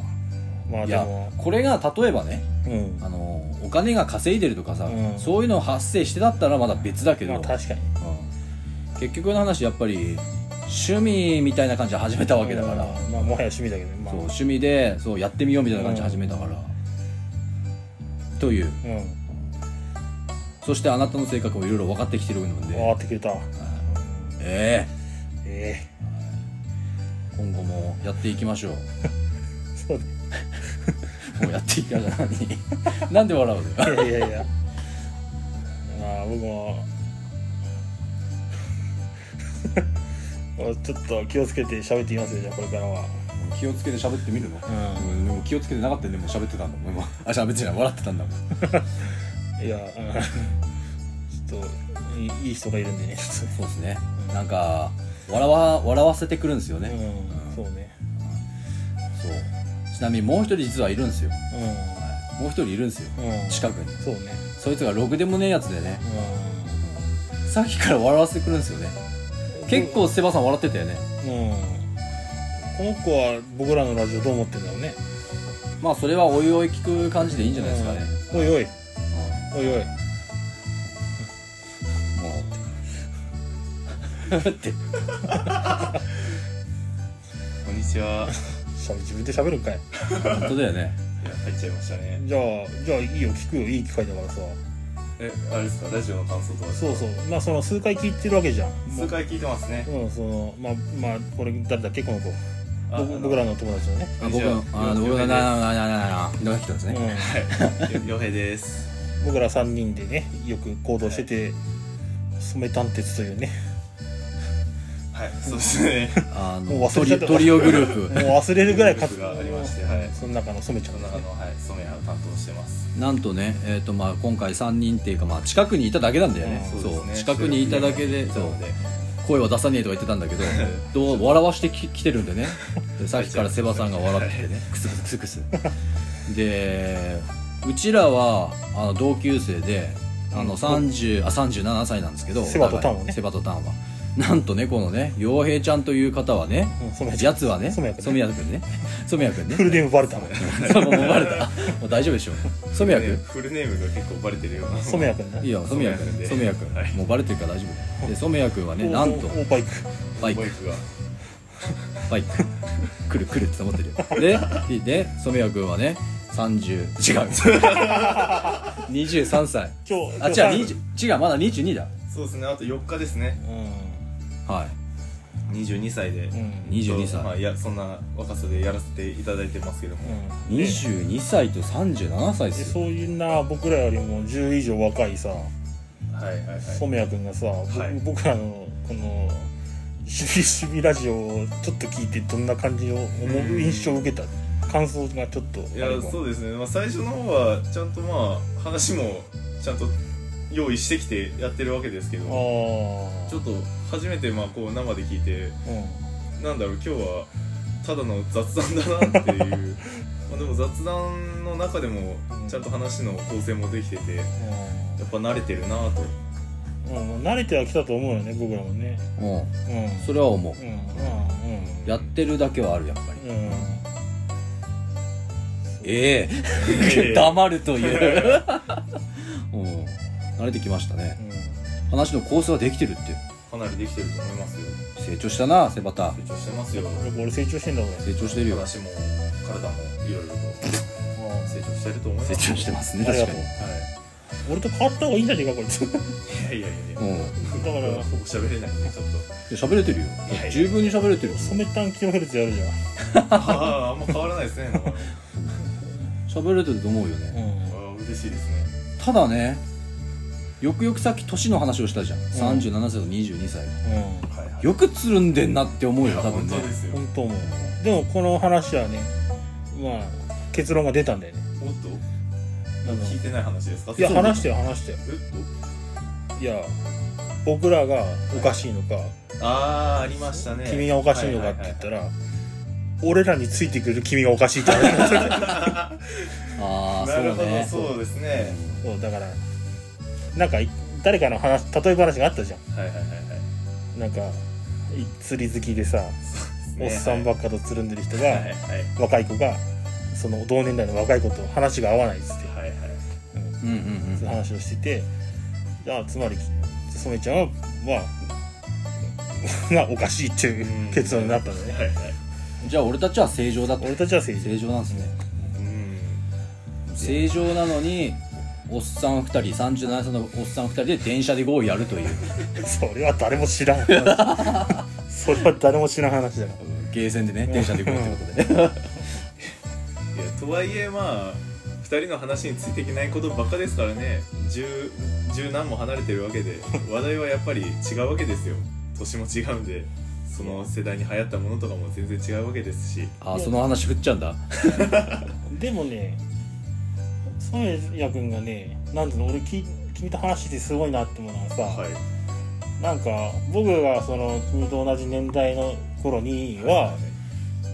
S2: まあ
S1: い
S2: で
S1: や
S2: も
S1: これが例えばね
S2: うん
S1: あのお金が稼いでるとかさ、
S2: うん
S1: そういうの発生してだったらまだ別だけど、
S2: まあ確かに
S1: うん結局の話やっぱり趣味みたいな感じで始めたわけだから、
S2: うんまあもはや趣味だけどま
S1: そ
S2: あ
S1: う趣味でそうやってみようみたいな感じで始めたから、という
S2: うん
S1: そしてあなたの性格もいろいろ分かってきてるので、
S2: わかってくれた
S1: え
S2: え
S1: え今後もやっていきましょう <laughs>
S2: えそうね
S1: もうやっていき <laughs> ましょう何なんで笑うのよ
S2: いやいやいやまあ僕も <laughs> もうちょっと気をつけて喋っていきますよじゃあこれからは
S1: 気をつけて喋ってみるの、
S2: ん
S1: でも気をつけてなかったよねもう喋ってたんだもん今 <laughs> あ喋ってない笑ってたんだもん
S2: いや、うん、ちょっといいいい人がいるんでね、ちょっ
S1: そうですねなんか笑わ笑わせてくるんですよ
S2: と
S1: ね、
S2: ね。うん、そうね。
S1: そうちなみにもう一人実はいるんですよ
S2: う
S1: もう一人いるんですよ
S2: ん。うん、
S1: 近くに
S2: そうね。
S1: そいつがろくでもねえやつでね
S2: う
S1: さっきから笑わせてくるんですよね
S2: ん。
S1: 結構セバさん笑ってたよね
S2: うん。この子は僕らのラジオどう思ってんだろうね。
S1: まあそれはおいおい聞く感じでいいんじゃないですかね、
S2: うんおいおい、おいおい。
S1: うんもうって
S3: こんにちは。
S2: しゃべ自分で喋るんかい
S1: 本当だよね
S3: いや、入っちゃいましたね。
S2: じゃあじゃあいいよ聞くよいい機会だからさ
S3: え、あれですか、ラジオの感想とか。
S2: そうそうまあその数回聞いてるわけじゃん
S3: 数回聞いてますね。
S2: うんそのまあまあこれ誰だっけこの子
S3: あ
S2: 僕僕ら。の友達のね
S3: あ
S1: あ
S3: のこ
S1: 僕
S3: んにちは
S1: のあの
S3: よ
S1: 僕の
S3: よ
S1: なななななな井上人ですね、 <laughs>
S3: よよへいです。
S2: うん、僕ら3人でねよく行動してて、染炭鉄という
S3: <laughs>
S2: ね
S3: はい、そうですね。
S1: あ
S2: もう
S1: の
S2: 忘
S1: ト
S2: れちゃ
S1: リ
S2: った
S1: トリオグルー
S2: もう
S1: プ
S2: 忘れるぐらい活
S3: 僕がありましてはい
S2: その中の染ちゃ
S3: こ
S2: ん
S3: の
S2: です
S3: 中
S2: ね
S3: の、はい、染谷を担当してます。
S1: なんとね、えーとまあ、今回3人っていうか、まあ、近くにいただけなんだよね、
S3: うん
S1: そう
S3: そうですね
S1: 近くにいただけで
S3: そ
S1: そうう
S3: ですね
S1: 声は出さねえとか言ってたんだ
S2: <laughs>
S1: けどどう笑わしてき来てるんでねでさっきからセバさんが笑っててねクスクスクスクスでうちらはあの同級生であの30、あ37歳なんですけど
S2: セバとタンは
S1: お互
S2: ね
S1: いセバとタンはなんとねこのね陽平ちゃんという方はね
S2: うん、染ちゃ
S1: や
S2: ん
S1: つはね
S2: 染
S1: 染谷
S2: 谷君ね
S1: 君ね染谷君ね
S2: <laughs> フルネームバレたの
S1: そうもうバレたもう大丈夫でしょ
S2: <laughs>
S1: 染谷
S3: ね
S1: 君
S3: フルネームが結構バレてるような。
S2: 染谷君ね
S1: いや染谷君
S3: 染
S1: 染
S3: 谷
S1: 谷
S3: 君
S1: 君、
S3: ではい
S1: もうバレてるから大丈夫で染谷君はね
S2: お
S1: なんと
S2: おおバイク
S1: バイク
S3: バイクが。
S1: バ <laughs> イク来る来るって思ってるよでで染谷君はね30違う <laughs> 23歳
S2: 今日
S1: あ違う20違うまだ22だ
S3: そうですね。あと4日ですね。
S2: う
S1: は
S3: 22歳で。
S2: んうん
S1: 22歳
S3: まあ、いや、そんな若さでやらせていただいてますけども。
S1: い
S2: うん
S1: 22歳と37歳っ
S2: です
S1: よ
S2: そういうな僕らよりも10以上若いさ
S3: はいはいはい。
S2: 染谷君がさ、ぼ
S3: はい
S2: 僕らのこの「趣味趣味ラジオ」をちょっと聞いてどんな感じを思
S3: う
S2: うん印象を受けた感想がちょっと
S3: いや
S2: あれば
S3: そうですね、まあ、最初の方はちゃんとまあ話もちゃんと用意してきてやってるわけですけ
S2: あ
S3: ど
S2: ー
S3: ちょっと初めてまあこう生で聞いて
S2: う
S3: なんだろう今日はただの雑談だなっていうまあでも雑談の中でもちゃんと話の構成もできててや
S2: ん
S3: っぱ慣れてるなと
S2: うん、うん、慣れてはきたと思うよね僕らもね
S1: うん
S2: うん
S1: それは思う
S2: うんうんうん
S1: やってるだけはあるやっぱり
S2: うん
S1: え
S3: え
S1: え
S3: え
S1: 黙るという <laughs> うん慣れてきましたね話の構成はできてるって
S3: かなりできてると思いますよ
S1: 成長したなセバタ
S3: 成長してますよ
S2: うん、やっぱ俺成長してんだこ
S1: 成長してるよ
S3: 話も体もいろいろと
S2: れ
S3: 成長してると思いま
S1: 成
S3: す
S1: 長してますね
S2: あり
S1: 確
S2: が
S1: か
S2: とう
S1: に
S3: は
S2: 俺と変わった方がいいんじゃねえかこいつ <laughs> だか
S3: いいやいやいやい
S1: う
S3: や
S1: ん
S3: 僕
S2: ら
S3: はほぼ喋れないんでちょっと
S1: で喋れてるよ
S3: いやいや
S1: 十分に喋れてるよ
S2: 染めたんキロヘルツやるじゃん
S3: あああんま変わらないで
S2: <laughs>
S3: すね。
S1: 喋れてると思うよね
S3: ああ嬉しいですね。
S1: ただねよくよくさっき年の話をしたじゃん、
S2: ん
S1: 37歳と22歳
S2: うん
S3: はいはい。
S1: よくつるんでんなって思う
S3: い
S1: よ
S3: や
S1: 多分ね
S3: 本当ですよ。
S2: 本当もうでもこの話はねまあ結論が出たんだよね
S3: おっと
S2: あの
S3: 聞いてない話ですか。
S2: いや
S3: そうなんだ
S2: 話してよ話してよ
S3: えっ
S2: いや僕らがおかしいのか、
S3: とああありましたね。
S2: 君がおかしいのかって言ったら、俺らについてくる君がおかしいって言われた
S1: ああ
S3: なるほ
S1: そう
S3: ど
S1: ね
S3: そうですね。
S2: <laughs> そうだからなんかい誰かの話例え話があったじゃ
S3: はいはいはいはい。
S2: んなんかい釣り好きでさ、
S3: ね
S2: おっさんばっかとつるんでる人が、
S3: はいはいはい
S2: 若い子がその同年代の若い子と話が合わないっつって、
S3: はいはい。
S2: うん
S1: うんうんう
S2: そういう
S1: ん
S2: 話をしててじゃあつまり染めちゃんはまあ <laughs> がおかしいっていう結論になったのね、
S3: はいはい。
S1: じゃあ俺たちは正常だと
S2: 俺たちは政治
S1: 正常なんですね
S3: うん。
S1: 正常なのにおっさん2人37歳のおっさん2人で電車でゴーやるという
S2: それは誰も知 <laughs> らんそれは誰も知らん話だか
S1: ゲーセンでね電車でゴーって <laughs> ことで
S3: いやとはいえまあ二人の話についていけないことばっかですからね。十十何も離れてるわけで話題はやっぱり違うわけですよ。年も違うんで。その世代に流行ったものとかも全然違うわけですし
S1: ああその話振っちゃうんだ
S2: らでもね染谷君がねなんていうの俺聞君と話してすごいなって思うのはさ、
S3: はい
S2: なんか僕がその君と同じ年代の頃には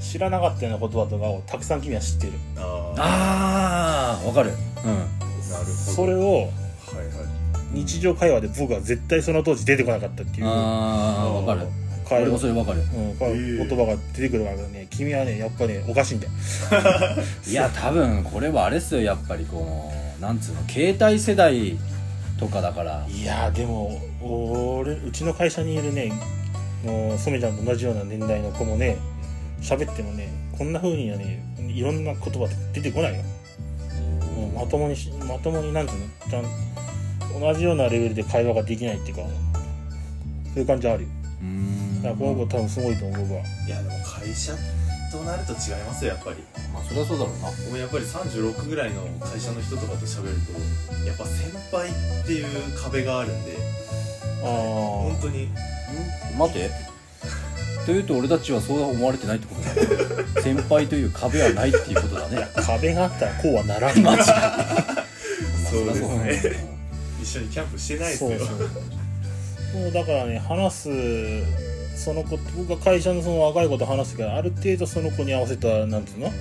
S2: 知らなかったような言葉とかをたくさん君は知ってる
S3: あー
S1: ああわかる
S3: なるほど
S2: それを
S3: はいはい
S2: 日常会話で僕は絶対その当時出てこなかったっ
S1: う
S2: てい
S1: ん
S2: う
S1: ああわかる
S2: 会
S1: 俺
S2: 話
S1: もそれわかる
S2: うん、こう
S3: へ
S2: 言
S3: え
S2: 葉が出てくるからね君はねやっぱねおかしいんだよ
S1: いや多分これはあれっすよやっぱりこのなんつうの携帯世代とかだから
S2: いやでも俺うちの会社にいるねもう染ちゃんと同じような年代の子もね喋ってもねこんな風にはねいろんな言葉出てこないよもうまともにしまともになんていうのちゃん同じようなレベルで会話ができないっていうかそういう感じあるよ
S1: うん
S2: だからこの子多分すごいと思うわ
S3: いやでも会社となると違いますよやっぱり
S1: まあそれはそうだろうな
S3: 僕もやっぱり36ぐらいの会社の人とかと喋るとやっぱ先輩っていう壁があるんで
S2: あ
S3: 本当に
S1: 待て <laughs> というと俺たちはそう思われてないってことだ <laughs> ね先輩という壁はないっていうことだね
S2: あ壁があったらこうはなら
S3: <laughs>
S2: んマジ
S3: そうです
S1: まありゃ
S3: ね
S1: そうだね
S3: 一緒にキャンプしてないです
S2: そ
S3: よ
S2: うそうそうだからね話すその子僕が会社のその若い子と話すけどある程度その子に合わせたなんていうの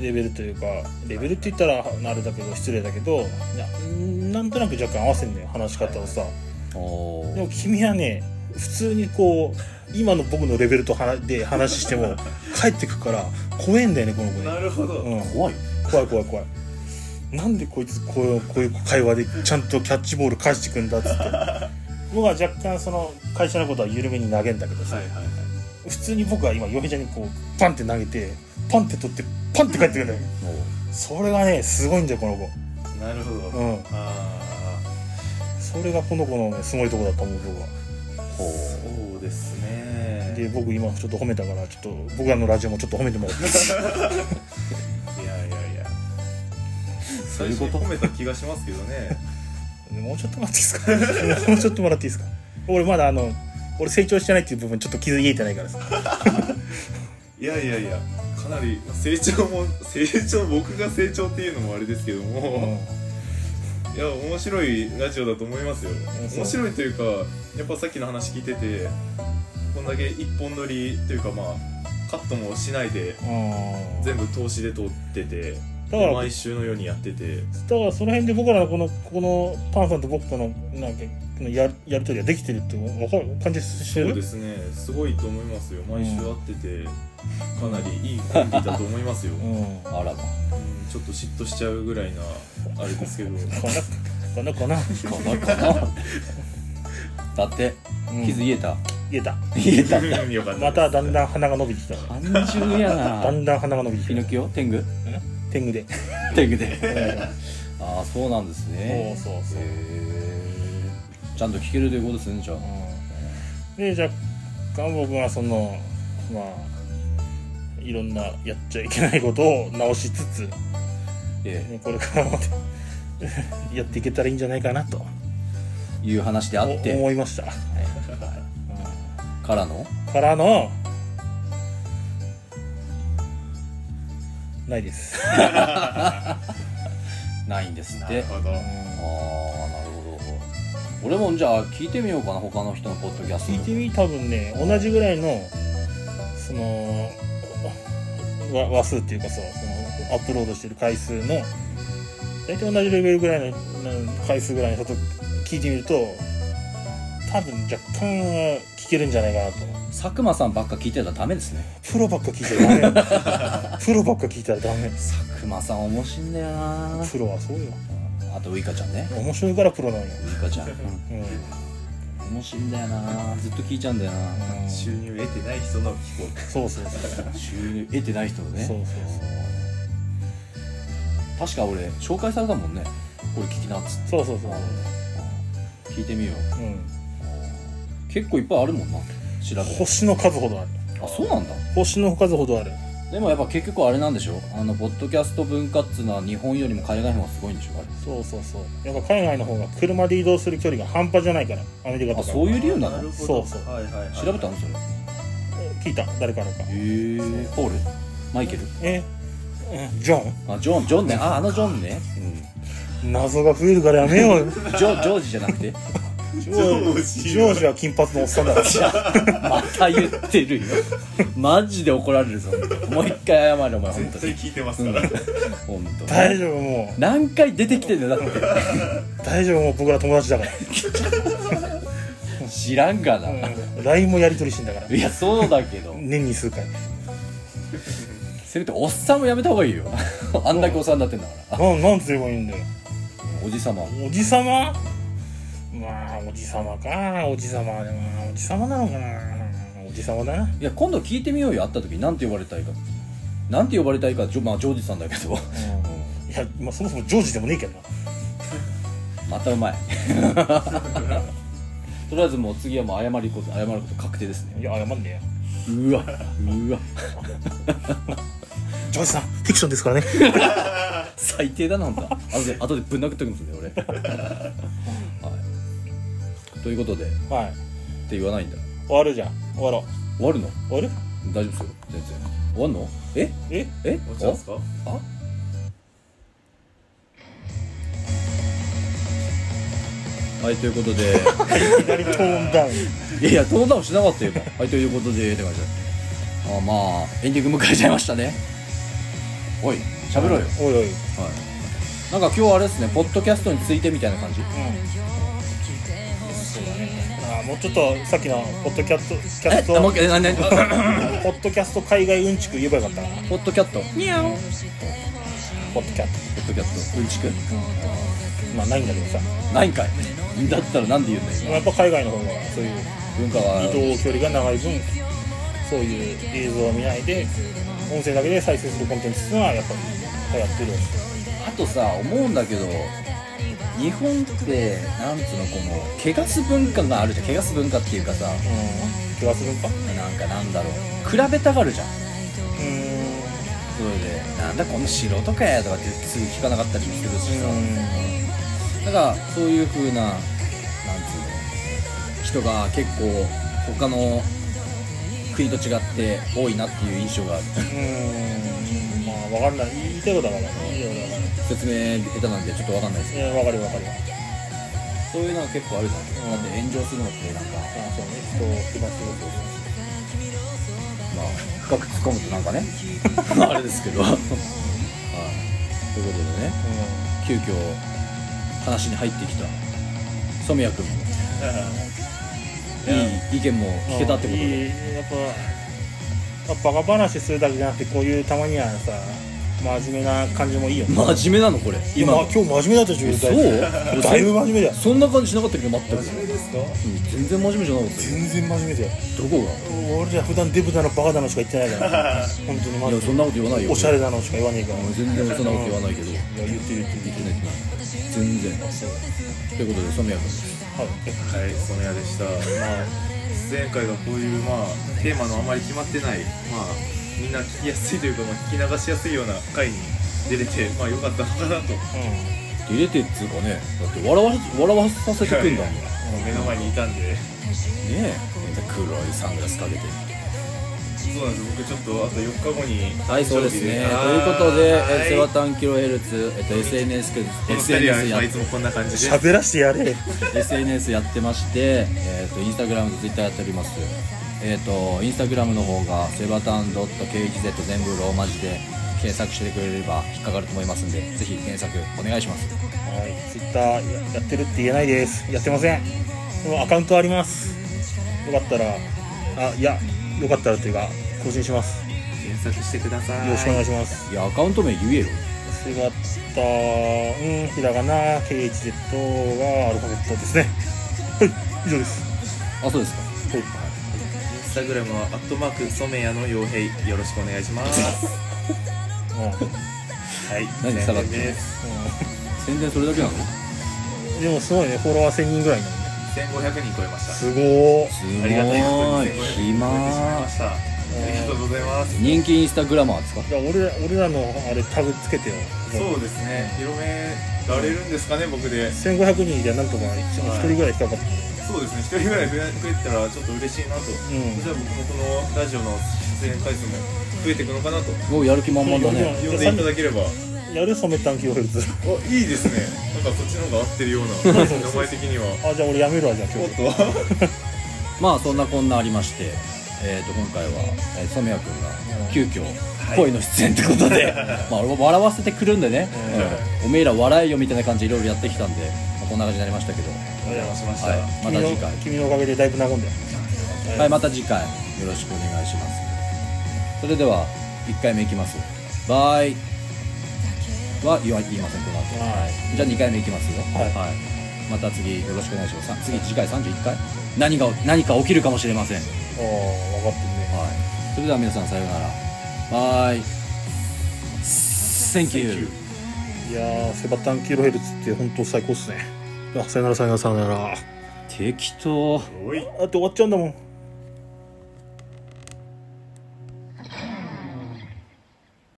S2: レベルというかレベルって言ったらあれだけど失礼だけどいやんなんとなく若干合わせんのよ話し方をさ
S1: お
S2: で
S1: ー
S2: も君はね普通にこう今の僕のレベルと話で話しても帰ってくから怖えんだよねこの子ね
S3: なるほど、
S2: うん、
S1: 怖いよ
S2: 怖い怖い怖いなんでこいつこうこういう会話でちゃんとキャッチボール返してくんだっつって僕は若干その会社のことは緩めに投げんだけどさ、
S3: はいはいはい
S2: 普通に僕は今嫁ちゃんにこうパンって投げてパンって取ってパンって返ってくるんだよそれがねすごいんだよこの子
S3: なるほど、
S2: うん
S3: あ
S2: それがこの子のねすごいとこだと思う僕は
S3: あそうです
S2: で
S3: ね
S2: 僕今ちょっと褒めたからちょっと僕らのラジオもちょっと褒めてもらって
S3: いやいやい
S2: <laughs>
S3: や
S1: う
S3: 最
S1: いう
S3: 初
S1: こ
S3: に
S1: と
S3: 褒めた気がしますけどね
S2: もうちょっともらっていいですか <laughs> もうちょっともらっていいですか俺まだあの俺成長してないっていう部分ちょっと気づいてないからさ
S3: いやいやいやかなり成長も成長僕が成長っていうのもあれですけども、いや面白いラジオだと思いますよ
S2: んそう
S3: 面白いというかやっぱさっきの話聞いててこんだけ一本撮りというかまあカットもしないで
S2: うん
S3: 全部投資で撮ってて
S2: だから
S3: 毎週のようにやってて
S2: だからその辺で僕らのこのこのパンさんと僕とのなんかこのややり取りができてるって分かる感じして
S3: そうで
S2: る
S3: すねすごいと思いますよ毎週会っててかなりいいコンビだと思いますよ、うん
S2: ん
S1: あらま
S3: ちょっと嫉妬しちゃうぐらいなあ
S2: <laughs>
S3: れですけど
S2: かなかなかな、
S1: この子の <laughs> だって
S2: うん、
S1: 傷
S2: 言
S1: 言えた、
S2: えた
S1: 言えた
S3: よかったです
S2: ま
S3: <laughs>
S2: ただんだん鼻が伸びてきた
S1: <laughs> 単純や
S2: だ
S1: なん
S2: だん鼻が伸びて
S1: ピ
S2: き
S1: ノ
S2: た
S1: キオ天狗
S2: 天狗で
S1: 天狗でああそうなんですね
S2: そうそうそう
S1: へーちゃんと聞けるということですねじゃあ
S2: で若干僕がそのまあいろんなやっちゃいけないことを直しつつ、ね、
S1: ええ
S2: これからも <laughs> やっていけたらいいんじゃないかなと
S1: いう話であっ
S2: お
S1: て
S2: 思いました、うん
S1: からの
S2: からのないです、
S1: ないんですっ
S3: な
S1: て
S3: る
S1: あ
S3: ほど
S1: あなるほど俺もじゃあ聞いてみようかな他の人のポッドキャスト
S2: 聞いてみ多分ね同じぐらいのそのわ話数っていうかさそのアップロードしてる回数の大体同じレベルぐらいのな回数ぐらいの人と聞いてみると多分若干は聞けるんじゃないかなと
S1: 佐久間さんばっか聞いてたらダメですね
S2: プロばっか聞いたらダメ <laughs> プロばっか聞いたらダメ
S1: 佐久間さん面白いんだよな
S2: プロはそうよ
S1: あとウイカちゃんね
S2: 面白いからプロなんよ、
S1: ウイカちゃん
S2: うん
S1: 面白いんだよなずっと聞いちゃうんだよな
S3: 収入得てない人の聞こ
S2: そうそうそう。
S1: 収入得てない人のね
S2: そうそうそ
S1: 確か俺紹介されたもんね俺聞きなっつって
S2: そうそうそう。
S1: 聞いてみよう
S2: うん。
S1: 結構いっぱいあるもんな調べて
S2: 星の数ほどある。
S1: あそうなんだ
S2: 星の数ほどある。
S1: でもやっぱ結局あれなんでしょあのポッドキャスト文化っつうのは日本よりも海外の方がすごいんでしょあれ
S2: そうそうそう。やっぱ海外の方が車で移動する距離が半端じゃないから、アメリカとか。
S1: あそういう理由
S3: う
S1: な
S3: なる
S1: の
S2: そ
S3: ほど
S2: うそう
S3: はいはいはい
S1: 調べたのそれへ
S2: 聞いた、誰からか。
S1: えポールマイケル
S2: えうんジョ
S1: あジョンジョンねああのジョンね、
S2: ン謎が増えるからやめようよ。
S1: うん、ジョジョージじゃなくて
S2: ジ
S3: ョージ
S2: ジョージは金髪のおっさんだから。
S1: また言ってるよマジで怒られるぞもう一回謝れお前本
S3: 絶
S1: 当
S3: 対
S1: に
S3: 聞いてますから
S1: 本当
S2: 大丈夫、も
S1: 何回出てきてんだよだって
S2: う。大丈夫、もう僕ら友達だか
S1: 知らんがな、
S2: ら。うん。LINE もやり取りしてんだから。
S1: いやそうだけど
S2: 年に数回。
S1: せめておっさんもやめた方がいいよ <laughs> あんだけおっさんになってんだから
S2: なん、なんつ言えばいいんだよ。
S1: おじさま
S2: おじさままあおじさまかおじさまでもおじさまなのかなおじさんはな、
S1: いや今度聞いてみようよ会った時に何て呼ばれたいかなんて呼ばれたいかジョ,、まあ、ジョージさんだけど <laughs>
S2: いや、まあ、そもそもジョージでもねえけどな
S1: またうまい <laughs> とりあえずもう次はもう謝りこと謝ること確定です
S2: い
S1: ね
S2: や謝んね
S1: うわうわ
S2: えよジョージさんフィクションですからね
S1: 最低だなあんた後で後でぶん殴っときますね俺 <laughs> はいということでっ
S2: はい
S1: て言わないんだ
S2: 終わるじゃん終わろ
S1: 終わるの
S2: う終わる
S1: 大丈夫ですよ全然終わんのえ
S2: え
S1: え
S3: 落ちたんですか
S1: あはいということ <laughs> で
S2: いきなりトーンダウン
S1: いやいやトーンダウンしなかったよ今はいということでって感じだあまあエンディング迎えちゃいましたねおい喋ろうよ、
S2: おいおい
S1: はいなんか今日あれですねポッドキャストについてみたいな感じ
S2: そうだねあーもうちょっとさっきのポッドキャットキャ
S1: え
S2: ス
S1: あもう
S2: ト
S1: 一回え何 <laughs> 何
S2: ポッドキャスト海外うんちく言えばよかったな
S1: ポッドキャットポ
S2: ポッドキャス
S1: ッドキャットうんちく
S2: トまあないんだけどさ
S1: ない <laughs> んかいだったらなんで言うんだよ
S2: まあやっぱ海外の方がそういう
S1: 文化
S2: 移
S1: は
S2: 動距離が長い分そういう映像を見ないで音声だけで再生するコンテンツっていうのはやっぱり流行ってる
S1: あとさ思うんだけど日本ってなんつうのこの汚す文化があるじゃん汚す文化っていうかさ
S2: うん気がするんかう
S1: なんかなんだろう比べたがるじゃん
S2: ー
S1: それでなんだこの素人かやとかってすぐ聞かなかったりもするしさ、
S2: ん
S1: だからそういう風ななんつうの人が結構他の国と違って多いなっていう印象がある
S2: うんまあ分かんない言いたいことは分かんない言いたいことは分かん
S1: 説明下手なんでちょっとわかんないですけど
S2: ないいや分かる分かる
S1: そういうのが結構あるじゃん、
S2: うん
S1: だって炎上するのってなんか
S2: あそうね人を気がすると
S1: まあ深く突っ込むとなんかね <laughs> あれですけ <laughs> どはいということでね急遽話に入ってきた染谷君もいい意見も聞けたってこと
S2: いい
S1: で
S2: やっぱやっぱバカ話するだけじゃなくてこういうたまにはさ真面目な感じもいいよね
S1: 真面目なのこれ今
S2: 今今日真面目だったじゃん
S1: そう
S2: だいぶ真面目だよ
S1: そんな感じしなかったけど全く
S3: 真面目ですか
S1: うん全然真面目じゃなかったよ
S2: 全然真面目だよ
S1: どこ
S2: 俺じゃ普段デブだのバカだのしか言ってないから本当
S1: が
S2: にマ
S1: いや
S2: ジ
S1: そんなこと言わないよ
S2: でおしゃれだのしか言わねえから
S1: 俺全然そんなこと言わないけどいや
S2: いや言ってる言って
S1: 言
S2: る
S1: ってない言ってない全然ということで染谷君
S2: はい
S3: はい染谷でしたまあ前回がこういうまあテーマのあまり決まってないまあみんな聞きやすいというか、まあ、聞き流しやすいような回に出れてまあ良かったのかなと
S1: 入れてっつうかねだって笑わせ笑わさせてくんだもんね
S3: 目の前にいたんで
S1: え黒いサングラスかけて
S3: そうなんです僕ちょっとあと4日後に
S1: はいそうですねと
S3: あ
S1: い
S3: ー
S1: うことでえ
S3: はい
S1: セワタンキロヘルツ、えっと、SNS,
S3: この二人
S1: SNS,
S3: は
S1: や
S3: まあいつもこんな感じで
S2: 喋らしてやれ
S1: SNS やってまして、えっとインスタグラムとツイッターやっておりますえっ、とインスタグラムの方がセバタン .khz 全部ローマ字で検索してくれれば引っかかると思いますんでぜひ検索お願いします
S2: はいツイッターやってるって言えないですやってませんでもアカウントありますよかったらあいやよかったらというか更新しますよ
S3: 検索してください
S2: ろしくお願いします
S1: いやアカウント名言えよ
S2: 姿うんひらがな KHZ がアルファベットですねはい以上です
S1: あそうですか
S2: はい
S3: インスタグラムはアットマーク染谷の傭兵よろしくお願いします
S1: <laughs>
S2: うん
S3: はい
S1: 何さらっ
S3: 宣
S1: と
S3: 伝です
S1: 宣伝それだけなの
S2: うんでもすごいねフォロワー1000人ぐらいなのね
S3: 1500人超えました
S2: すごー
S1: す
S3: ありがたいこと
S1: ご
S3: に
S1: い
S3: 1500人
S1: 暇
S3: 超えてしまいましたありがとうございます
S1: 人気インスタグラマーですか
S2: いや俺ら俺らのあれタグつけてよ
S3: そうですね広められるんですかね僕で
S2: 1500人でなんとか一
S3: はい
S2: 一人ぐらい引っかかって
S3: そうですね一人ぐらい増え増えたらちょっと嬉しいなと、
S2: ん
S3: じゃあ僕もこのラジオの出演回数も増えていくのかなと
S1: おやる気満々だね
S3: 呼んでいただければ
S2: やる染めたんキロヘルツ
S3: おいいですねなんか <laughs> そっちの方が合ってるような名前的には
S2: あじゃあ俺やめるわじゃあ今
S3: おっ
S2: 日
S3: と
S1: まあそんなこんなありまして、えー、と今回は、えー、染谷君が急遽恋の出演ってことで、
S2: <laughs>
S1: まあ、笑わせてくるんでね、うんおめえら笑えよみたいな感じでいろいろやってきたんで、まあこんな感じになりましたけど、
S3: お邪魔しました、
S1: はい、ま
S2: 君
S1: た
S2: の
S1: 次回、
S2: 君のおかげでだいぶ和んだよ
S1: はい、また次回よろしくお願いしますそれでは1回目いきますバイは言わ言いませんこの後
S2: はい
S1: じゃあ2回目いきますよ
S2: はい
S1: はいまた次よろしくお願いしますさ次次回31回何が何か起きるかもしれません、はい、
S2: 分かってるね
S1: それでは皆さんさようならバイ Thank you,
S2: いやーセバタンキロヘルツって本当最高っすねあさよならさよならさよなら
S1: 適当
S3: おい
S2: あって終わっちゃうんだもん